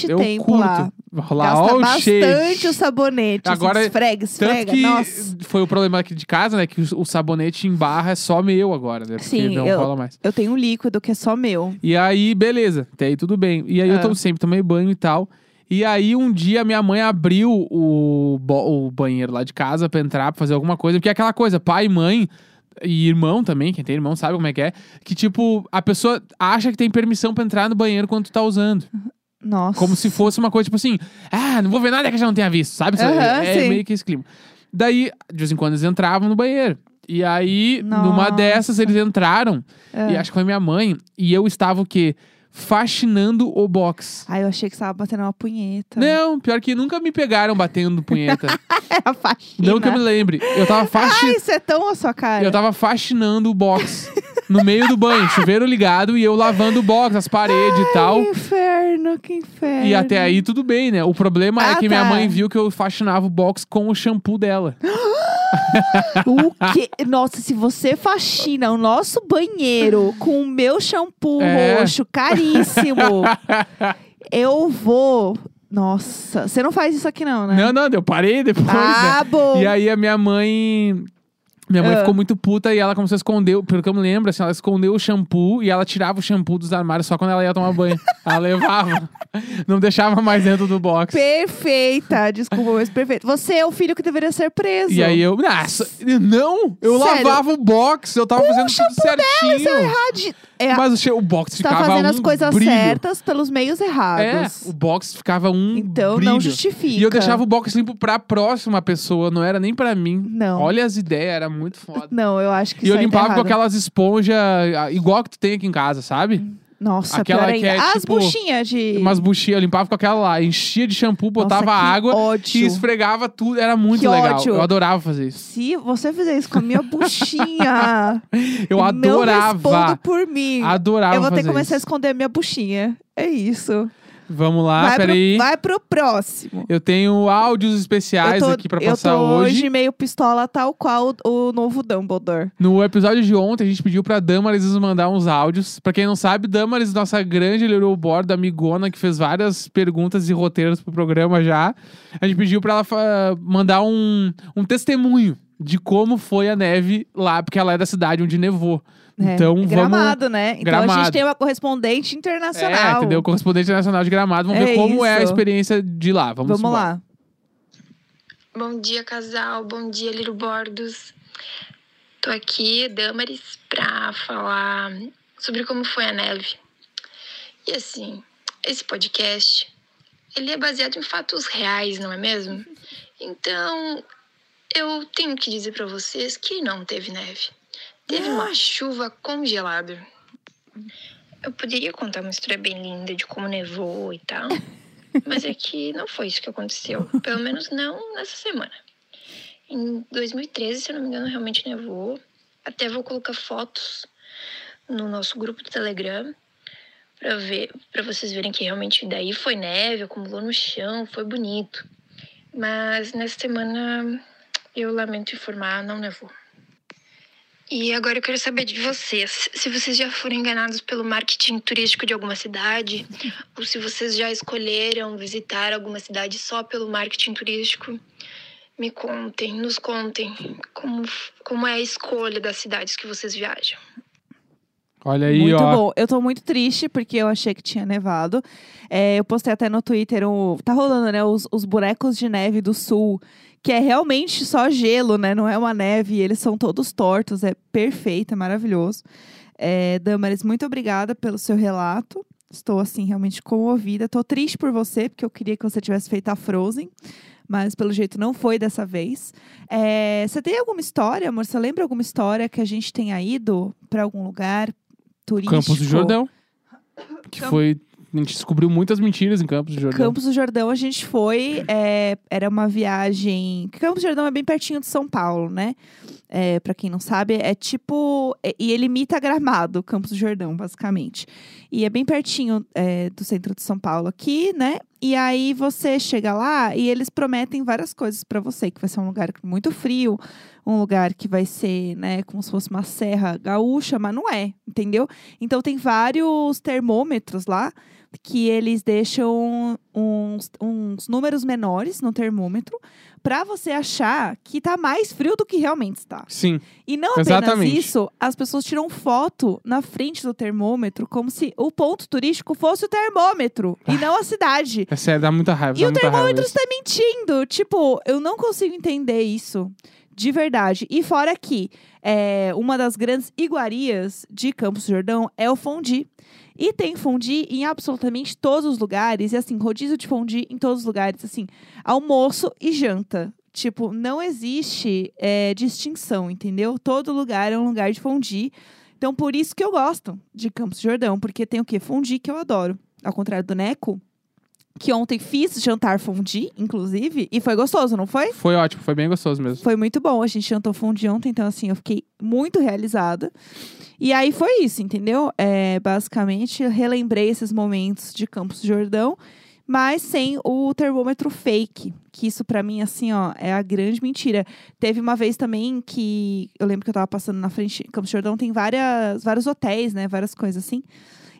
Speaker 1: chuveiro. eu
Speaker 2: tempo
Speaker 1: curto.
Speaker 2: lá.
Speaker 1: Lá,
Speaker 2: Gasta
Speaker 1: ó, o
Speaker 2: bastante
Speaker 1: cheiro.
Speaker 2: o sabonete.
Speaker 1: Agora,
Speaker 2: assim, esfrega, esfrega.
Speaker 1: Tanto que
Speaker 2: Nossa.
Speaker 1: foi o problema aqui de casa, né? Que o, o sabonete em barra é só meu agora, né? Porque
Speaker 2: Sim,
Speaker 1: não
Speaker 2: eu-
Speaker 1: rola mais.
Speaker 2: Eu tenho um líquido que é só meu.
Speaker 1: E aí, beleza. Até aí tudo bem. E aí eu
Speaker 2: Ah.
Speaker 1: to- sempre tomei banho e tal. E aí um dia minha mãe abriu o, bo- o banheiro lá de casa pra entrar, pra fazer alguma coisa. Porque é aquela coisa, pai e mãe... E irmão também, quem tem irmão sabe como é que é. Que, tipo, a pessoa acha que tem permissão pra entrar no banheiro quando tu tá usando.
Speaker 2: Nossa.
Speaker 1: Como se fosse uma coisa, tipo assim, ah, não vou ver nada que eu já não tenha visto, sabe?
Speaker 2: Aham,
Speaker 1: é
Speaker 2: sim.
Speaker 1: meio que esse clima. Daí, de vez em quando, eles entravam no banheiro. E aí, numa
Speaker 2: Nossa.
Speaker 1: dessas, eles entraram,
Speaker 2: Ah.
Speaker 1: e acho que foi minha mãe, e eu estava o quê? Faxinando o box.
Speaker 2: Ai, eu achei que você tava batendo uma punheta.
Speaker 1: Não, pior que nunca me pegaram batendo punheta.
Speaker 2: Era faxina.
Speaker 1: não que eu me lembre. Eu tava, faxi...
Speaker 2: né? Ai, isso é tão a sua cara.
Speaker 1: eu tava faxinando o box. No meio do banho, chuveiro ligado e eu lavando o box, as paredes e tal.
Speaker 2: Que inferno, que inferno.
Speaker 1: E até aí tudo bem, né? O problema é
Speaker 2: É. Ah,
Speaker 1: que minha
Speaker 2: tá.
Speaker 1: mãe viu que eu faxinava o box com o shampoo dela.
Speaker 2: O quê? Nossa, se você faxina o nosso banheiro com o meu shampoo
Speaker 1: É.
Speaker 2: roxo caríssimo, eu vou. Nossa, você não faz isso aqui, não, né?
Speaker 1: Não, não, eu parei depois,
Speaker 2: ah, bom.
Speaker 1: né? E aí a minha mãe. Minha mãe
Speaker 2: Ah.
Speaker 1: ficou muito puta e ela começou a esconder, pelo que eu me lembro, assim, ela escondeu o shampoo e ela tirava o shampoo dos armários só quando ela ia tomar banho. ela levava. Não deixava mais dentro do box.
Speaker 2: Perfeita, desculpa, mas perfeito. Você é o filho que deveria ser preso.
Speaker 1: E aí eu. Nossa, não! Eu
Speaker 2: Sério? é
Speaker 1: lavava o box, eu tava fazendo tudo certinho.
Speaker 2: Errado. É,
Speaker 1: Mas o, che- o box
Speaker 2: tá
Speaker 1: ficava
Speaker 2: fazendo
Speaker 1: um
Speaker 2: as coisas
Speaker 1: brilho.
Speaker 2: certas pelos meios
Speaker 1: É,
Speaker 2: errados.
Speaker 1: o box ficava um
Speaker 2: então
Speaker 1: brilho.
Speaker 2: não justifica.
Speaker 1: E eu deixava o box limpo pra próxima pessoa, não era nem pra mim.
Speaker 2: Não.
Speaker 1: Olha as ideias, era muito foda.
Speaker 2: Não, eu acho que
Speaker 1: e eu
Speaker 2: isso aí tá
Speaker 1: limpava com
Speaker 2: errado.
Speaker 1: aquelas esponjas, igual que tu tem aqui em casa, sabe?
Speaker 2: Nossa,
Speaker 1: aquela
Speaker 2: pior
Speaker 1: que
Speaker 2: ainda.
Speaker 1: é,
Speaker 2: As
Speaker 1: tipo,
Speaker 2: buchinhas de.
Speaker 1: Umas buchinhas, eu limpava com aquela lá, enchia de shampoo,
Speaker 2: Nossa,
Speaker 1: botava
Speaker 2: que
Speaker 1: água
Speaker 2: ódio.
Speaker 1: e esfregava tudo. Era muito
Speaker 2: Que
Speaker 1: legal.
Speaker 2: ódio.
Speaker 1: Eu adorava fazer isso.
Speaker 2: Se você fizer isso com a minha buchinha,
Speaker 1: Eu
Speaker 2: não respondo
Speaker 1: adorava.
Speaker 2: por mim.
Speaker 1: Adorava
Speaker 2: eu vou ter
Speaker 1: fazer
Speaker 2: que começar a
Speaker 1: isso.
Speaker 2: esconder a minha buchinha. É isso.
Speaker 1: Vamos lá,
Speaker 2: vai,
Speaker 1: peraí.
Speaker 2: pro, vai pro próximo.
Speaker 1: Eu tenho áudios especiais aqui pra
Speaker 2: eu
Speaker 1: passar
Speaker 2: tô
Speaker 1: hoje.
Speaker 2: meio pistola, tal qual o, o novo Dumbledore.
Speaker 1: No episódio de ontem, a gente pediu pra Damaris nos mandar uns áudios. Pra quem não sabe, Damaris, nossa grande Little Board, amigona, que fez várias perguntas e roteiros pro programa já. A gente pediu pra ela fa- mandar um, um testemunho de como foi a neve lá, porque ela é da cidade onde nevou.
Speaker 2: né?
Speaker 1: Então vamos.
Speaker 2: Gramado, né? Então a
Speaker 1: Gramado.
Speaker 2: gente tem uma correspondente
Speaker 1: É,
Speaker 2: internacional.
Speaker 1: entendeu? Correspondente nacional de gramado. Vamos
Speaker 2: É
Speaker 1: ver como é a
Speaker 2: isso.
Speaker 1: experiência de lá. Vamos,
Speaker 2: Vamos,
Speaker 1: embora.
Speaker 2: lá.
Speaker 3: Bom dia, casal. Bom dia, Liro Bordos. Tô aqui, Damaris, pra falar sobre como foi a neve. E assim, esse podcast, ele é baseado em fatos reais, não é mesmo? Então, eu tenho que dizer pra vocês que não teve neve. Teve uma chuva congelada. Ah! Eu poderia contar uma história bem linda de como nevou e tal, mas é que não foi isso que aconteceu. Pelo menos não nessa semana. Em 2013, se eu não me engano, realmente nevou. Até vou colocar fotos no nosso grupo do Telegram para ver, para vocês verem que realmente daí foi neve, acumulou no chão, foi bonito. Mas nessa semana eu lamento informar, não nevou. E agora eu quero saber de vocês, se vocês já foram enganados pelo marketing turístico de alguma cidade, ou se vocês já escolheram visitar alguma cidade só pelo marketing turístico. Me contem, nos contem como, f- como é a escolha das cidades que vocês viajam.
Speaker 1: Olha aí,
Speaker 2: muito
Speaker 1: ó.
Speaker 2: bom. Eu tô muito triste porque eu achei que tinha nevado. É, eu postei até no Twitter o. Tá rolando, né? Os, os bonecos de neve do sul. Que é realmente só gelo, né? Não é uma neve. e Eles são todos tortos. É perfeito, é maravilhoso. É, Damaris, muito obrigada pelo seu relato. Estou, assim, realmente comovida. Tô triste por você, porque eu queria que você tivesse feito a Frozen. Mas, pelo jeito, não foi dessa vez. É, você tem alguma história, amor? Você lembra alguma história que a gente tenha ido para algum lugar turístico?
Speaker 1: Campos do Jordão. Que
Speaker 2: Campo-
Speaker 1: foi. A gente descobriu muitas mentiras em Campos do Jordão.
Speaker 2: Campos do Jordão a gente foi, é, era uma viagem. Campos do Jordão é bem pertinho de São Paulo, né? É, para quem não sabe, é tipo. é- e ele imita gramado, Campos do Jordão, basicamente. E é bem pertinho é, do centro de São Paulo aqui, né? E aí você chega lá e eles prometem várias coisas pra você, que vai ser um lugar muito frio, um lugar que vai ser, né, como se fosse uma serra gaúcha, mas não é, entendeu? Então tem vários termômetros lá que eles deixam uns, uns números menores no termômetro pra você achar que tá mais frio do que realmente está.
Speaker 1: Sim.
Speaker 2: E não apenas
Speaker 1: Exatamente.
Speaker 2: isso, as pessoas tiram foto na frente do termômetro como se o ponto turístico fosse o termômetro e não a cidade.
Speaker 1: É sério, dá muita raiva.
Speaker 2: E
Speaker 1: dá
Speaker 2: o
Speaker 1: muita raiva
Speaker 2: termômetro
Speaker 1: isso.
Speaker 2: está mentindo. Tipo, eu não consigo entender isso. De verdade. E fora que é, uma das grandes iguarias de Campos do Jordão é o fondue. E tem fondue em absolutamente todos os lugares. E assim, rodízio de fondue em todos os lugares. Assim, almoço e janta. Tipo, não existe é, distinção, entendeu? Todo lugar é um lugar de fondue. Então, por isso que eu gosto de Campos do Jordão. Porque tem o quê? Fondue que eu adoro. Ao contrário do Neco, que ontem fiz jantar fondue, inclusive. E foi gostoso, não foi?
Speaker 1: Foi ótimo, foi bem gostoso mesmo.
Speaker 2: Foi muito bom. A gente jantou fondue ontem, então assim, eu fiquei muito realizada. E aí foi isso, entendeu? É, basicamente, eu relembrei esses momentos de Campos do Jordão, mas sem o termômetro fake. Que isso pra mim, assim, ó, é a grande mentira. Teve uma vez também que eu lembro que eu tava passando na frente. Campos do Jordão tem várias, vários hotéis, né? Várias coisas assim.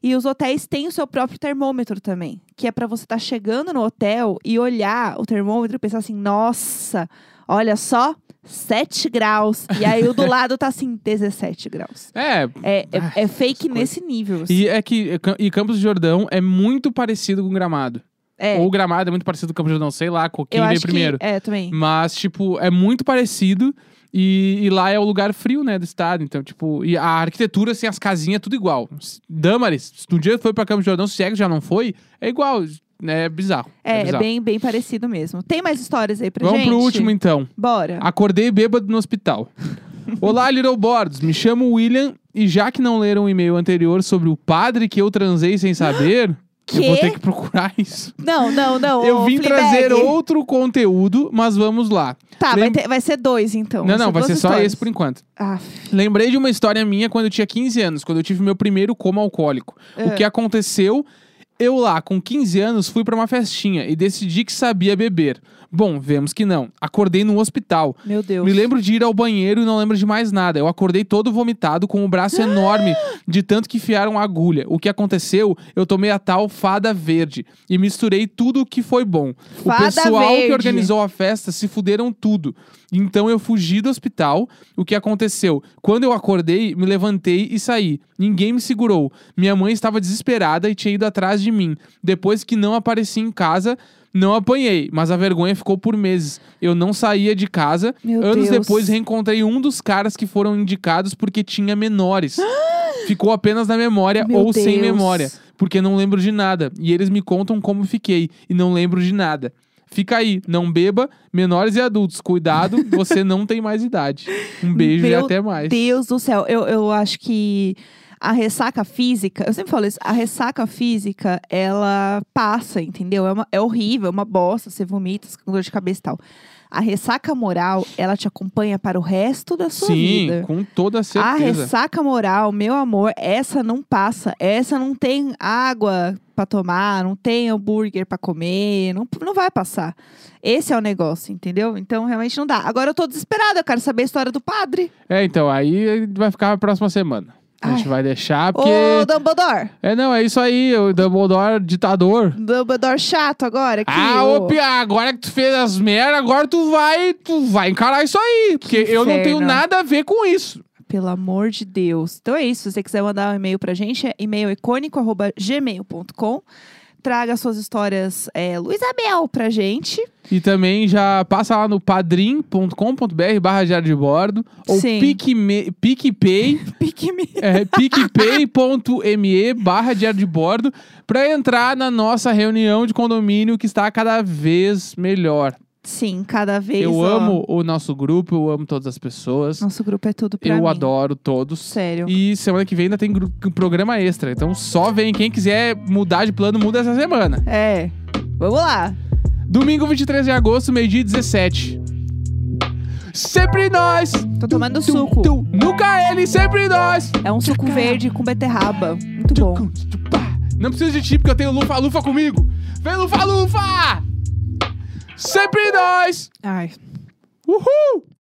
Speaker 2: E os hotéis têm o seu próprio termômetro também, que é pra você estar chegando no hotel e olhar o termômetro e pensar assim: nossa, olha só, 7 graus. E aí o do lado tá assim: 17 graus.
Speaker 1: É,
Speaker 2: É, é-
Speaker 1: Ah,
Speaker 2: é fake
Speaker 1: coisas.
Speaker 2: nesse nível. assim.
Speaker 1: e é que e Campos do Jordão é muito parecido com Gramado.
Speaker 2: é,
Speaker 1: Ou Gramado é muito parecido com Campos do Jordão, sei lá, com quem
Speaker 2: eu
Speaker 1: veio
Speaker 2: acho
Speaker 1: primeiro.
Speaker 2: que. É, também.
Speaker 1: Mas, tipo, é muito parecido. E, e lá é o lugar frio, né, do estado. Então, tipo, e a arquitetura, assim, as casinhas, tudo igual. S- Dâmaris, se um dia foi pra Campos do Jordão, se é que já não foi, é igual. né, É bizarro.
Speaker 2: É, é
Speaker 1: bizarro.
Speaker 2: bem, bem parecido mesmo. Tem mais histórias aí pra
Speaker 1: Vamos
Speaker 2: gente?
Speaker 1: pro último, então.
Speaker 2: Bora.
Speaker 1: Acordei bêbado no hospital. Olá, Little Boards. Me chamo William e já que não leram o e-mail anterior sobre o padre que eu transei sem saber, Ah, eu vou
Speaker 2: Quê?
Speaker 1: ter que procurar isso.
Speaker 2: Não, não, não.
Speaker 1: eu
Speaker 2: ô,
Speaker 1: vim
Speaker 2: Fleabag.
Speaker 1: trazer outro conteúdo, mas vamos lá.
Speaker 2: Tá, vai,
Speaker 1: Lem-
Speaker 2: ter- vai ser dois então.
Speaker 1: não, não, vai
Speaker 2: duas
Speaker 1: ser só
Speaker 2: histórias.
Speaker 1: esse por enquanto.
Speaker 2: Ah,
Speaker 1: Lembrei de
Speaker 2: É.
Speaker 1: uma história minha quando eu tinha 15 anos, quando eu tive meu primeiro coma alcoólico. O que aconteceu Eu lá, com 15 anos, fui pra uma festinha e decidi que sabia beber. Bom, vemos que não. Acordei num hospital.
Speaker 2: Meu Deus.
Speaker 1: Me lembro de ir ao banheiro e não lembro de mais nada. Eu acordei todo vomitado, com o braço enorme, de tanto que enfiaram a agulha. O que aconteceu? Eu tomei a tal fada verde e misturei tudo o que foi bom. o
Speaker 2: Fada
Speaker 1: pessoal que
Speaker 2: verde.
Speaker 1: organizou a festa se fuderam tudo. Então eu fugi do hospital. O que aconteceu? Quando eu acordei, me levantei e saí. Ninguém me segurou. Minha mãe estava desesperada e tinha ido atrás de mim. Depois que não apareci em casa, não apanhei, mas a vergonha ficou por meses. Eu não saía de casa.
Speaker 2: Meu
Speaker 1: Anos
Speaker 2: Deus.
Speaker 1: depois reencontrei um dos caras que foram indicados porque tinha menores. Ficou apenas na memória
Speaker 2: Meu
Speaker 1: ou sem
Speaker 2: Deus.
Speaker 1: memória, porque não lembro de nada. E eles me contam como fiquei e não lembro de nada. Fica aí, não beba, menores e adultos, cuidado, você não tem mais idade. Um beijo e
Speaker 2: Meu
Speaker 1: até mais.
Speaker 2: Deus do céu, eu, eu acho que a ressaca física, eu sempre falo isso, a ressaca física, ela passa, entendeu? É, uma- é horrível, é uma bosta, você vomita, você fica com dor de cabeça e tal. A ressaca moral, ela te acompanha para o resto da sua
Speaker 1: Sim,
Speaker 2: vida. Ah, é?
Speaker 1: com toda
Speaker 2: A
Speaker 1: certeza.
Speaker 2: ressaca moral, meu amor, essa não passa. Essa não tem água pra tomar, não tem hambúrguer pra comer, não, não vai passar. Esse é o negócio, entendeu? Então realmente não dá. Agora eu tô desesperada, eu quero saber a história do padre.
Speaker 1: É, então, aí vai ficar a próxima semana. A gente
Speaker 2: Ai.
Speaker 1: vai deixar, porque.
Speaker 2: Ô, Dumbledore!
Speaker 1: É, não, é isso aí, o Dumbledore ditador.
Speaker 2: Dumbledore chato agora. Aqui,
Speaker 1: Ah,
Speaker 2: ô.
Speaker 1: ô, Pia, agora que tu fez as merdas, agora tu vai, tu vai encarar isso aí. Porque eu não tenho
Speaker 2: inferno.
Speaker 1: nada a ver com isso.
Speaker 2: Pelo amor de Deus. Então é isso. Se você quiser mandar um e-mail pra gente, é e-mail icônico.gmail.com. Traga suas histórias, é, Luizabel, pra gente.
Speaker 1: E também já passa lá no padrim.com.br barra diário de bordo. Ou
Speaker 2: Sim.
Speaker 1: picme- PicPay,
Speaker 2: Pique-me.
Speaker 1: é, picpay.me barra diário de bordo pra entrar na nossa reunião de condomínio que está cada vez melhor.
Speaker 2: Sim, cada vez.
Speaker 1: eu
Speaker 2: ó,
Speaker 1: amo o nosso grupo, eu amo todas as pessoas.
Speaker 2: Nosso grupo é tudo pra
Speaker 1: Eu
Speaker 2: mim.
Speaker 1: adoro todos.
Speaker 2: Sério.
Speaker 1: E semana que vem ainda tem gru- programa extra. Então só vem. Quem quiser mudar de plano, muda essa semana.
Speaker 2: É. Vamos lá.
Speaker 1: Domingo, 23 de agosto, meio-dia e 17. Sempre nós!
Speaker 2: Tô tomando suco.
Speaker 1: Tum, tum. Nunca ele, sempre nós!
Speaker 2: É um suco verde com beterraba. Muito bom.
Speaker 1: Não preciso de ti, porque eu tenho Lufa Lufa comigo. Vem, Lufa Lufa! Sempre nós!
Speaker 2: Ai.
Speaker 1: Uhul!